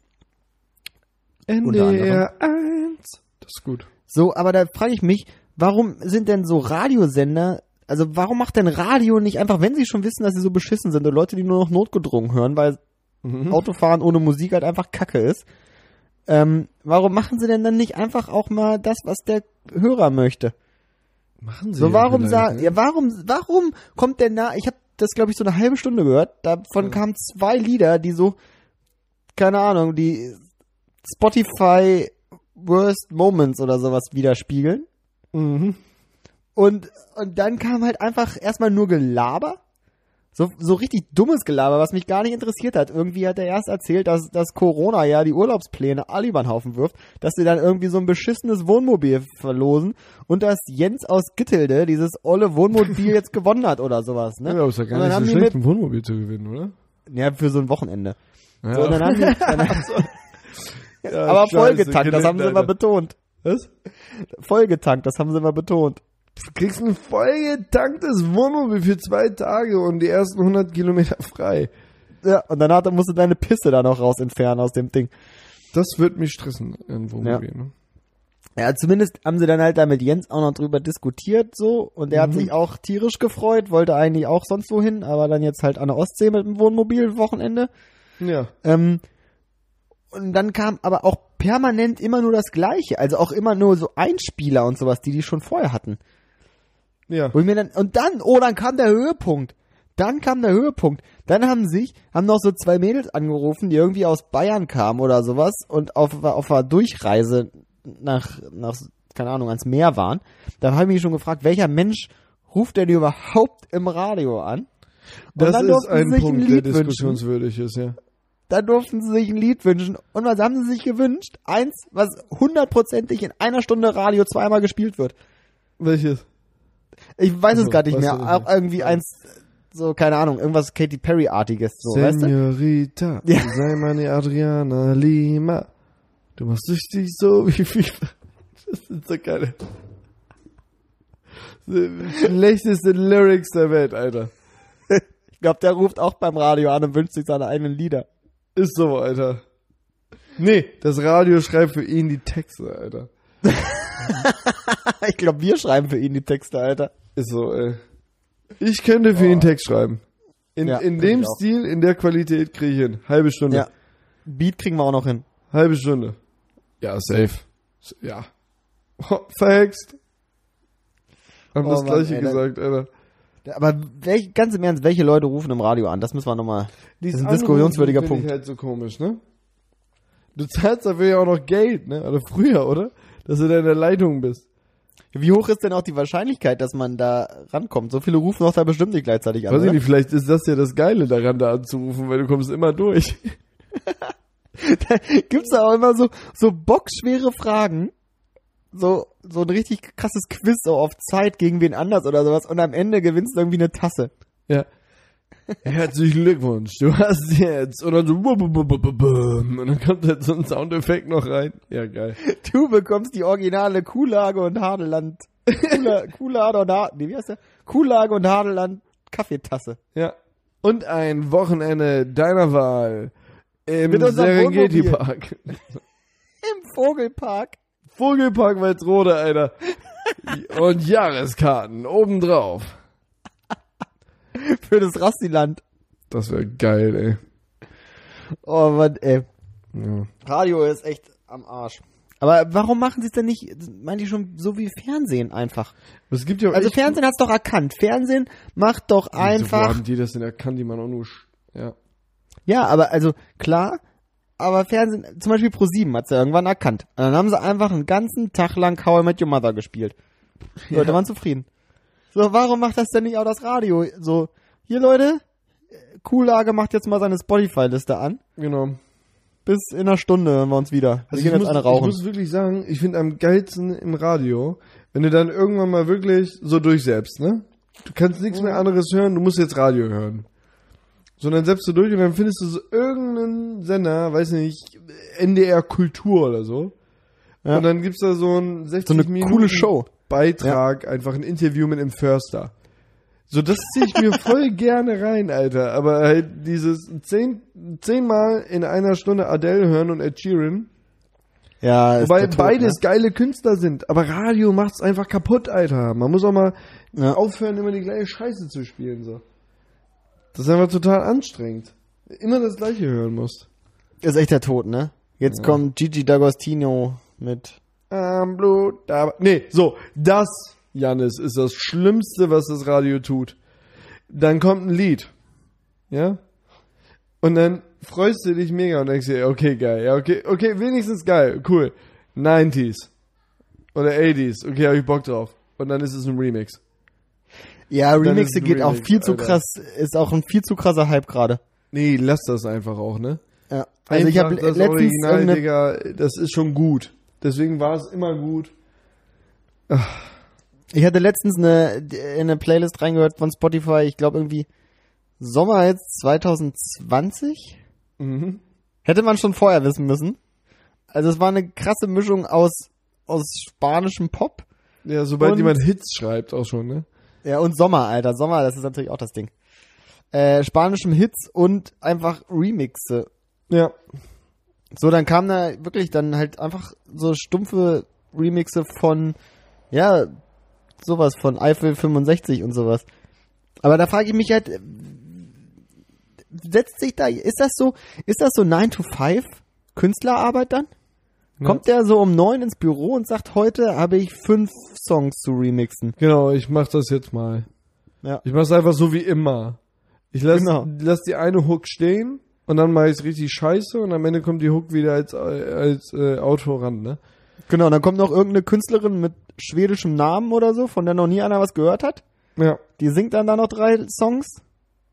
Speaker 2: Unter anderem.
Speaker 1: NDR 1. Das ist gut.
Speaker 2: So, aber da frage ich mich, warum sind denn so Radiosender, also warum macht denn Radio nicht einfach, wenn sie schon wissen, dass sie so beschissen sind und Leute, die nur noch notgedrungen hören, weil
Speaker 1: Mhm. Hm.
Speaker 2: Autofahren ohne Musik halt einfach Kacke ist, ähm, warum machen sie denn dann nicht einfach auch mal das, was der Hörer möchte?
Speaker 1: Machen Sie
Speaker 2: So,
Speaker 1: ja
Speaker 2: warum
Speaker 1: vielleicht,
Speaker 2: sagen,
Speaker 1: ne?
Speaker 2: ja, warum, warum kommt der na, ich habe das glaube ich so eine halbe Stunde gehört, davon kamen zwei Lieder, die so, keine Ahnung, die Spotify Worst Moments oder sowas widerspiegeln.
Speaker 1: Mhm.
Speaker 2: Und, und dann kam halt einfach erstmal nur Gelaber. So, so richtig dummes Gelaber, was mich gar nicht interessiert hat. Irgendwie hat er erst erzählt, dass, dass Corona ja die Urlaubspläne alle über den Haufen wirft, dass sie dann irgendwie so ein beschissenes Wohnmobil verlosen und dass Jens aus Gittelde dieses
Speaker 1: <laughs>
Speaker 2: olle Wohnmobil jetzt gewonnen hat oder sowas,
Speaker 1: Ja,
Speaker 2: ne?
Speaker 1: aber ist ja
Speaker 2: Und dann
Speaker 1: gar
Speaker 2: haben
Speaker 1: nicht so
Speaker 2: die
Speaker 1: schlecht,
Speaker 2: mit-
Speaker 1: ein Wohnmobil zu gewinnen, oder?
Speaker 2: Ja, für so ein Wochenende.
Speaker 1: <laughs> Ja,
Speaker 2: So, dann haben die, dann,
Speaker 1: ja,
Speaker 2: <laughs> aber
Speaker 1: scheiße, ne?
Speaker 2: vollgetankt, das
Speaker 1: Gelände,
Speaker 2: haben sie immer
Speaker 1: Alter.
Speaker 2: betont.
Speaker 1: Was?
Speaker 2: Vollgetankt, das haben sie immer betont.
Speaker 1: Du kriegst ein vollgetanktes Wohnmobil für zwei Tage und die ersten 100 Kilometer frei.
Speaker 2: Ja, und danach dann musst du deine Pisse da noch raus entfernen aus dem Ding.
Speaker 1: Das wird mich stressen, ein Wohnmobil. Ne?
Speaker 2: Ja, zumindest haben sie dann halt da mit Jens auch noch drüber diskutiert so und er hat sich auch tierisch gefreut, wollte eigentlich auch sonst wohin, aber dann jetzt halt an der Ostsee mit dem Wohnmobil Wochenende.
Speaker 1: ne? Ja.
Speaker 2: Ähm, und dann kam aber auch permanent immer nur das Gleiche, also auch immer nur so Einspieler und sowas, die die schon vorher hatten.
Speaker 1: Ja.
Speaker 2: Wo ich mir dann, und dann, oh, dann kam der Höhepunkt. Dann kam der Höhepunkt. Dann haben sich, haben noch so zwei Mädels angerufen, die irgendwie aus Bayern kamen oder sowas und auf, auf einer Durchreise nach, nach, keine Ahnung, ans Meer waren. Da habe ich mich schon gefragt, welcher Mensch ruft denn überhaupt im Radio an? Und
Speaker 1: Das
Speaker 2: dann
Speaker 1: ist
Speaker 2: durften sie
Speaker 1: ein
Speaker 2: sich
Speaker 1: Punkt,
Speaker 2: ein
Speaker 1: der
Speaker 2: Lied wünschen.
Speaker 1: diskussionswürdig ist, ja.
Speaker 2: Dann durften sie sich ein Lied wünschen. Und was haben sie sich gewünscht? Eins, was hundertprozentig in einer Stunde Radio zweimal gespielt wird.
Speaker 1: Welches?
Speaker 2: Ich weiß
Speaker 1: Also,
Speaker 2: es gar nicht
Speaker 1: weißt
Speaker 2: mehr.
Speaker 1: du das
Speaker 2: Auch
Speaker 1: nicht?
Speaker 2: irgendwie eins, so, keine Ahnung, irgendwas Katy Perry-artiges, so,
Speaker 1: <laughs>
Speaker 2: weißt du?
Speaker 1: Senorita,
Speaker 2: Ja.
Speaker 1: sei meine Adriana Lima. Du machst richtig so wie FIFA. <laughs> Das sind so geile. <laughs> Die Schlechteste Lyrics der Welt, Alter.
Speaker 2: Ich glaube, der ruft auch beim Radio an und wünscht sich seine eigenen Lieder. <laughs>
Speaker 1: Ist so, Alter. Nee, das Radio schreibt für ihn die Texte, Alter.
Speaker 2: Ich glaube, wir schreiben für ihn die Texte, Alter.
Speaker 1: Ist so, ey. Ich könnte für ihn Text schreiben. In,
Speaker 2: Oh. Ja,
Speaker 1: in
Speaker 2: könnte
Speaker 1: dem
Speaker 2: ich auch.
Speaker 1: Stil, in der Qualität kriege ich hin. Halbe Stunde.
Speaker 2: Ja. Beat kriegen wir auch noch hin.
Speaker 1: Halbe Stunde. Ja, safe. S- Ja. Oh, Verhext. Haben
Speaker 2: Oh
Speaker 1: das
Speaker 2: Mann,
Speaker 1: gleiche
Speaker 2: ey, dann-
Speaker 1: gesagt, Alter.
Speaker 2: Aber welch, ganz im Ernst, welche Leute rufen im Radio an? Das müssen wir nochmal. Das ist ein diskussionswürdiger
Speaker 1: Anrufen
Speaker 2: Punkt.
Speaker 1: Finde ich halt so komisch, ne? Du zahlst dafür ja auch noch Geld, ne? Oder früher, oder? Dass du da in der Leitung bist.
Speaker 2: Wie hoch ist denn auch die Wahrscheinlichkeit, dass man da rankommt? So viele rufen doch da bestimmt nicht gleichzeitig an.
Speaker 1: Weiß ich
Speaker 2: oder?
Speaker 1: nicht, vielleicht ist das ja das Geile daran, da anzurufen, weil du kommst immer durch. <laughs>
Speaker 2: Gibt's da auch immer so, so bockschwere Fragen? So, so ein richtig krasses Quiz so auf Zeit gegen wen anders oder sowas und am Ende gewinnst du irgendwie eine Tasse.
Speaker 1: Ja. Herzlichen Glückwunsch, du hast jetzt. Und dann so. bum, bum, bum, bum, bum, bum. Und dann kommt halt so ein Soundeffekt noch rein. Ja, geil.
Speaker 2: Du bekommst die originale Kuhlage und Hadeland. Kuhla- Kuhlade und Hadeland. Nee, wie heißt der? Kuhlage und Hadeland Kaffeetasse.
Speaker 1: Ja. Und ein Wochenende deiner Wahl im
Speaker 2: Mit unserem
Speaker 1: Serengeti
Speaker 2: Wohnmobil.
Speaker 1: Park.
Speaker 2: Im Vogelpark.
Speaker 1: Vogelpark Walzrode, Alter. Und Jahreskarten obendrauf.
Speaker 2: Für das Rastiland.
Speaker 1: Das wäre geil,
Speaker 2: Oh Mann, ey.
Speaker 1: ey. Ja.
Speaker 2: Radio ist echt am Arsch. Aber warum machen sie es denn nicht, meinte ich schon, so wie Fernsehen einfach?
Speaker 1: Es gibt ja auch
Speaker 2: Also
Speaker 1: echt-
Speaker 2: Fernsehen hat's doch erkannt. Fernsehen macht doch
Speaker 1: Wo
Speaker 2: einfach
Speaker 1: haben die das denn erkannt, die man auch nur. sch- Ja.
Speaker 2: Ja, aber also klar, aber Fernsehen, zum Beispiel Pro7 hat's ja irgendwann erkannt. Und dann haben sie einfach einen ganzen Tag lang How I Met Your Mother gespielt. Die Leute waren zufrieden. So, warum macht das denn nicht auch das Radio? So, hier Leute, Kuhlage macht jetzt mal seine Spotify-Liste an.
Speaker 1: Genau.
Speaker 2: Bis in einer Stunde hören wir uns wieder. Wir
Speaker 1: Also
Speaker 2: gehen
Speaker 1: ich,
Speaker 2: jetzt
Speaker 1: muss,
Speaker 2: eine
Speaker 1: ich
Speaker 2: rauchen.
Speaker 1: muss wirklich sagen, ich finde am geilsten im Radio, wenn du dann irgendwann mal
Speaker 2: Mhm.
Speaker 1: wirklich so durchsetzt, ne? Du kannst nichts mehr anderes hören, du musst jetzt Radio hören. sondern selbst so durch und dann findest du so irgendeinen Sender, weiß nicht, NDR Kultur oder so.
Speaker 2: Ja.
Speaker 1: Und dann gibt's da so einen 60
Speaker 2: So eine
Speaker 1: Minuten
Speaker 2: coole Show.
Speaker 1: Beitrag, einfach ein Interview mit einem Förster. So, das ziehe ich mir
Speaker 2: <laughs>
Speaker 1: voll gerne rein, Alter. Aber halt dieses zehn, zehnmal in einer Stunde Adele hören und Ed Sheeran,
Speaker 2: Ja, ist
Speaker 1: Wobei
Speaker 2: der Tod, ne?
Speaker 1: beides geile Künstler sind, aber Radio macht's einfach kaputt, Alter. Man muss auch mal
Speaker 2: Ja.
Speaker 1: aufhören, immer die gleiche Scheiße zu spielen, so. Das ist einfach total anstrengend. Immer das gleiche hören musst.
Speaker 2: Ne? Ist echt der Tod, ne? Jetzt kommt Gigi D'Agostino mit.
Speaker 1: Am Blut, aber. Nee, so, das, Janis, ist das Schlimmste, was das Radio tut. Dann kommt ein Lied. Ja? Und dann freust du dich mega und denkst dir, okay, geil, ja, okay, okay, wenigstens geil, cool. 90s. Oder 80s, okay, hab ich Bock drauf. Und dann ist es ein Remix.
Speaker 2: Ja,
Speaker 1: ist
Speaker 2: Remixe
Speaker 1: ein
Speaker 2: geht auch
Speaker 1: Remix,
Speaker 2: viel zu
Speaker 1: Alter.
Speaker 2: krass, ist auch ein viel zu krasser Hype gerade.
Speaker 1: Nee, lass das einfach auch, ne?
Speaker 2: Ja. Also ich habe
Speaker 1: Einfach das
Speaker 2: letztens
Speaker 1: Original,
Speaker 2: irgendeine-
Speaker 1: Digga, das ist schon gut. Deswegen war es immer gut.
Speaker 2: Ich hatte letztens eine, in eine Playlist reingehört von Spotify, ich glaube irgendwie Sommer jetzt 2020?
Speaker 1: Mhm.
Speaker 2: Hätte man schon vorher wissen müssen. Also es war eine krasse Mischung aus, aus spanischem Pop
Speaker 1: Ja, sobald
Speaker 2: Und-
Speaker 1: jemand Hits schreibt auch schon, ne?
Speaker 2: ja, und Sommer, Alter. Sommer, das ist natürlich auch das Ding. Äh, spanischem Hits und einfach Remixe.
Speaker 1: Ja.
Speaker 2: So, dann kam da wirklich dann halt einfach so stumpfe Remixe von, ja, sowas, von Eiffel 65 und sowas. Aber da frage ich mich halt, äh, setzt sich da, ist das so, ist das so 9 to 5 Künstlerarbeit dann? Kommt der so um 9 ins Büro und sagt, heute habe ich fünf Songs zu remixen?
Speaker 1: Genau, ich mach das jetzt mal.
Speaker 2: Ja.
Speaker 1: Ich mach's einfach so wie immer. Ich lass,
Speaker 2: Genau.
Speaker 1: lass die eine Hook stehen und dann mach ich's richtig scheiße und am Ende kommt die Hook wieder als, als äh, Auto ran, ne?
Speaker 2: Genau, dann kommt noch irgendeine Künstlerin mit schwedischem Namen oder so, von der noch nie einer was gehört hat.
Speaker 1: Ja.
Speaker 2: Die singt dann da noch drei Songs.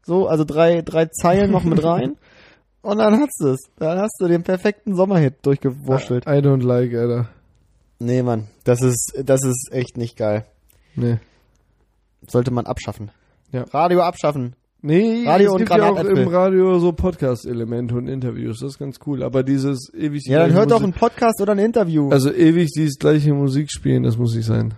Speaker 2: So, also drei, drei Zeilen noch mit
Speaker 1: <laughs>
Speaker 2: rein. Und dann hast du es. Dann hast du den perfekten Sommerhit durchgewurschtelt.
Speaker 1: I don't like, Alter.
Speaker 2: Nee, Mann. Das ist, das ist echt nicht geil.
Speaker 1: Nee.
Speaker 2: Sollte man abschaffen.
Speaker 1: Ja.
Speaker 2: Radio abschaffen.
Speaker 1: Nee,
Speaker 2: Radio
Speaker 1: es
Speaker 2: und
Speaker 1: gibt ja auch
Speaker 2: Granatäpfel.
Speaker 1: im Radio so Podcast-Elemente und Interviews, das ist ganz cool. Aber dieses ewig die
Speaker 2: Ja, dann
Speaker 1: gleiche
Speaker 2: hört doch
Speaker 1: Musik-
Speaker 2: einen Podcast oder ein Interview.
Speaker 1: Also ewig dieses gleiche Musik spielen, das muss nicht sein.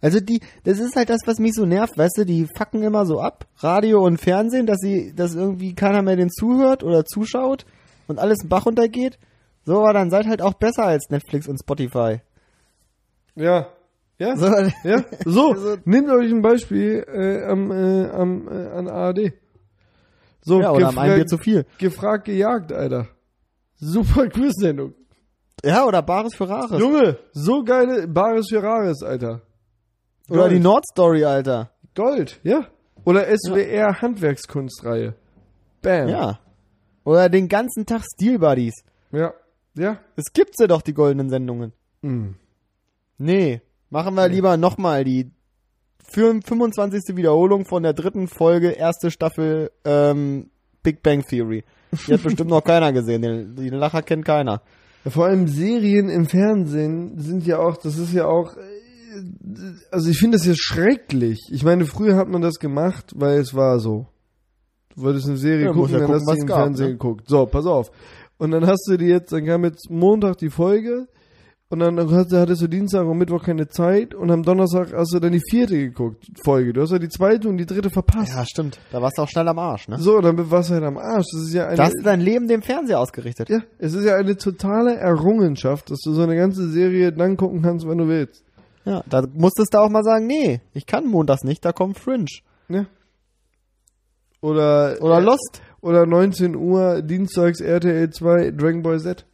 Speaker 2: Also die, das ist halt das, was mich so nervt, weißt du, die fucken immer so ab, Radio und Fernsehen, dass sie, dass irgendwie keiner mehr den zuhört oder zuschaut und alles den Bach runtergeht. So, aber dann seid halt auch besser als Netflix und Spotify.
Speaker 1: Ja. Ja?
Speaker 2: So,
Speaker 1: Ja, so,
Speaker 2: Also-
Speaker 1: nehmt euch ein Beispiel äh, am, äh, am, äh, an ARD. So,
Speaker 2: ja, oder am einen
Speaker 1: gefra-
Speaker 2: Bier zu viel.
Speaker 1: gefragt, gejagt, Alter. Super Quiz-Sendung.
Speaker 2: Ja, oder Bares für Rares.
Speaker 1: Junge, so geile Bares für Rares, Alter.
Speaker 2: oder die
Speaker 1: Gold.
Speaker 2: Nordstory, Alter.
Speaker 1: Gold, ja. Oder SWR Handwerkskunstreihe. Bam.
Speaker 2: Ja. Oder den ganzen Tag Steel Buddies.
Speaker 1: Ja. Ja.
Speaker 2: Es gibt ja doch die goldenen Sendungen.
Speaker 1: Mhm.
Speaker 2: Hm. Nee, machen wir lieber nochmal die für- 25. Wiederholung von der dritten Folge, erste Staffel ähm, Big Bang Theory. Die hat bestimmt noch <laughs> keiner gesehen. Den, den Lacher kennt keiner.
Speaker 1: Ja, Vor allem Serien im Fernsehen sind ja auch, das ist ja auch, äh, also ich finde das ja schrecklich. Ich meine, früher hat man das gemacht, weil es war so. Du wolltest eine Serie
Speaker 2: Ja, muss
Speaker 1: gucken,
Speaker 2: ja
Speaker 1: dann
Speaker 2: gucken,
Speaker 1: hast du
Speaker 2: was
Speaker 1: die im
Speaker 2: gab,
Speaker 1: Fernsehen
Speaker 2: ne?
Speaker 1: geguckt. So, pass auf. Und dann hast du die jetzt, dann kam jetzt Montag die Folge und dann hast du, hattest du Dienstag und Mittwoch keine Zeit und am Donnerstag hast du dann die vierte geguckt, Folge. Du hast ja die zweite und die dritte verpasst.
Speaker 2: Ja, stimmt. Da warst du auch schnell am Arsch, ne?
Speaker 1: So, dann warst du halt am Arsch. Das ist ja eine,
Speaker 2: Da hast du dein Leben dem Fernseher ausgerichtet.
Speaker 1: ja, es ist ja eine totale Errungenschaft, dass du so eine ganze Serie dann gucken kannst, wenn du willst.
Speaker 2: Ja, da musstest du auch mal sagen, nee, ich kann montags nicht, da kommt Fringe.
Speaker 1: Ne? Oder, äh,
Speaker 2: Oder Lost.
Speaker 1: Oder 19 Uhr dienstags RTL 2 Dragon Ball Z.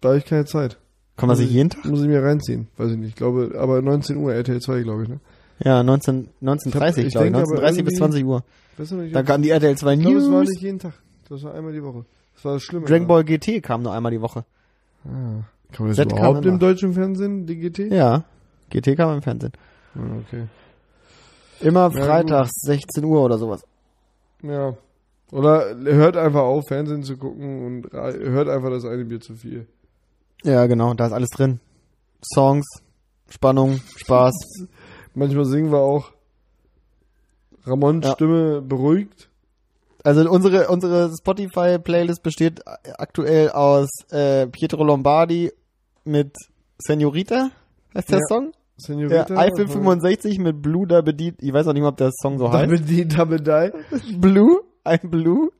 Speaker 1: Da habe ich keine Zeit.
Speaker 2: Kann man sich jeden Tag?
Speaker 1: Muss ich mir reinziehen. Weiß ich nicht. Ich glaube, aber 19 Uhr RTL 2, glaube ich, ne?
Speaker 2: Ja, 19, 19.30
Speaker 1: Ich
Speaker 2: glaube ich.
Speaker 1: denke aber
Speaker 2: 19.30 bis
Speaker 1: irgendwie-
Speaker 2: 20 Uhr.
Speaker 1: Weißt du nicht?
Speaker 2: Dann kam die RTL 2
Speaker 1: ich glaube, es war
Speaker 2: News.
Speaker 1: nicht jeden Tag. Das war einmal die Woche. Das war das Schlimme. daran.
Speaker 2: Dragon Ball GT kam nur einmal die Woche.
Speaker 1: Kann man das
Speaker 2: Z kam
Speaker 1: überhaupt
Speaker 2: immer.
Speaker 1: im deutschen Fernsehen, die GT?
Speaker 2: Ja, GT kam im Fernsehen. genau.
Speaker 1: Ah, Okay.
Speaker 2: Immer
Speaker 1: Ja,
Speaker 2: freitags, 16 Uhr oder sowas.
Speaker 1: Ja. Oder hört einfach auf, Fernsehen zu gucken und ra- hört einfach das eine Bier zu viel.
Speaker 2: Ja, genau, da ist alles drin. Songs, Spannung, Spaß.
Speaker 1: Manchmal singen wir auch Ramons
Speaker 2: Ja.
Speaker 1: Stimme beruhigt.
Speaker 2: Also unsere, unsere Spotify-Playlist besteht aktuell aus äh, Pietro Lombardi mit Senorita, heißt der
Speaker 1: Ja.
Speaker 2: Song? Ja,
Speaker 1: Senorita.
Speaker 2: Eiffel 65 mit Blue da bedient. Ich weiß auch nicht mal, ob der Song so heißt.
Speaker 1: Double D, Double Die.
Speaker 2: Blue? Ein Blue?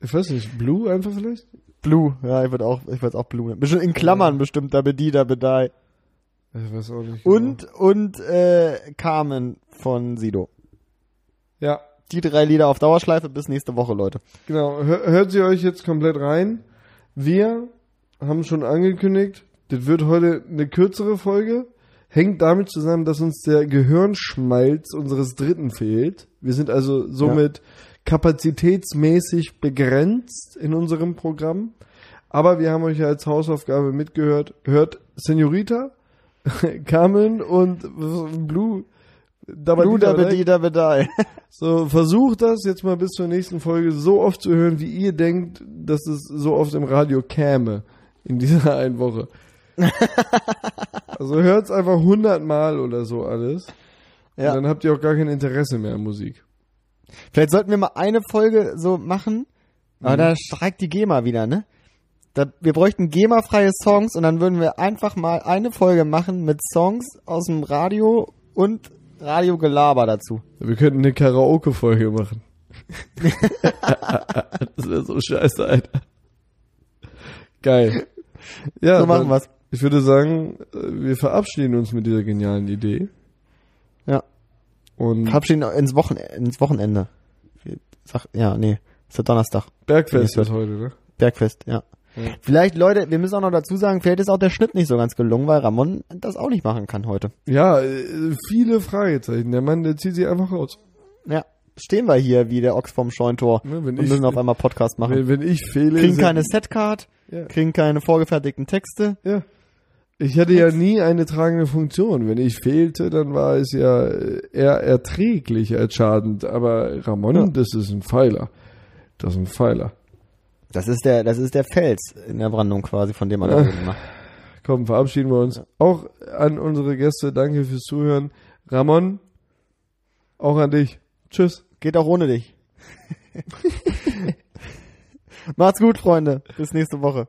Speaker 1: Ich weiß nicht, Blue einfach vielleicht?
Speaker 2: Blue, ja, ich würde auch, ich würde auch Blue nennen. Bestimmt in Klammern bestimmt, da bedi, da bedei.
Speaker 1: Ich weiß auch nicht.
Speaker 2: Und, und, äh, Carmen von Sido.
Speaker 1: Genau. Ja,
Speaker 2: Die drei Lieder auf Dauerschleife bis nächste Woche, Leute.
Speaker 1: genau. Hör, hört sie euch jetzt komplett rein. Wir haben schon angekündigt, das wird heute eine kürzere Folge. Hängt damit zusammen, dass uns der Gehirnschmalz unseres Dritten fehlt. Wir sind also somit kapazitätsmäßig begrenzt in unserem Programm. Aber wir haben euch ja als Hausaufgabe mitgehört. Hört Senorita, <laughs> Carmen und Blue. Dabadi,
Speaker 2: Blue da
Speaker 1: Dabadai.
Speaker 2: bedi, da bedei.
Speaker 1: So, versucht das jetzt mal bis zur nächsten Folge so oft zu hören, wie ihr denkt, dass es so oft im Radio käme in dieser <laughs> einen
Speaker 2: <laughs>
Speaker 1: Woche. also hört's einfach hundertmal oder so alles.
Speaker 2: Ja.
Speaker 1: Ja. Und dann habt ihr auch gar kein Interesse mehr an Musik.
Speaker 2: <laughs> Vielleicht sollten wir mal eine Folge so machen. Aber da streikt die GEMA wieder, ne? Da, wir bräuchten GEMA-freie Songs und dann würden wir einfach mal eine Folge machen mit Songs aus dem Radio und Radiogelaber dazu.
Speaker 1: Wir könnten eine Karaoke-Folge
Speaker 2: <laughs>
Speaker 1: machen. das wäre so scheiße, Alter. Geil. Ja,
Speaker 2: So machen
Speaker 1: dann-
Speaker 2: wir's.
Speaker 1: Ich würde sagen, äh, wir verabschieden uns mit dieser genialen Idee.
Speaker 2: Ja.
Speaker 1: Und
Speaker 2: Verabschieden ins, Wochen, ins Wochenende. Wir- Sag, ja, nee, ist ja Donnerstag.
Speaker 1: Bergfest ist heute, ne?
Speaker 2: Bergfest, ja.
Speaker 1: Ja.
Speaker 2: Vielleicht, Leute, wir müssen auch noch dazu sagen, vielleicht ist auch der Schnitt nicht so ganz gelungen, weil Ramon das auch nicht machen kann heute.
Speaker 1: Ja, äh, viele Fragezeichen. Der Mann, der zieht sie einfach raus.
Speaker 2: Ja, stehen wir hier wie der Ochs vom Scheuntor
Speaker 1: Ne,
Speaker 2: und
Speaker 1: wenn ich-
Speaker 2: müssen auf einmal Podcast machen.
Speaker 1: Wenn, wenn ich fehle.
Speaker 2: kriegen
Speaker 1: sind-
Speaker 2: keine Setcard,
Speaker 1: Ja.
Speaker 2: kriegen keine vorgefertigten Texte.
Speaker 1: Ja. Ich hatte ja nie eine tragende Funktion. Wenn ich fehlte, dann war es ja äh, eher erträglich als schadend. Aber Ramon,
Speaker 2: Ja.
Speaker 1: das ist ein Pfeiler. Das ist ein Pfeiler.
Speaker 2: Das ist der, das ist der Fels in der Brandung quasi, von dem man da reden macht.
Speaker 1: Komm, verabschieden wir uns. Auch an unsere Gäste. Danke fürs Zuhören. Ramon, auch an dich. Tschüss.
Speaker 2: Geht
Speaker 1: <laughs>
Speaker 2: auch <laughs> ohne dich. Macht's gut, Freunde. Bis nächste Woche.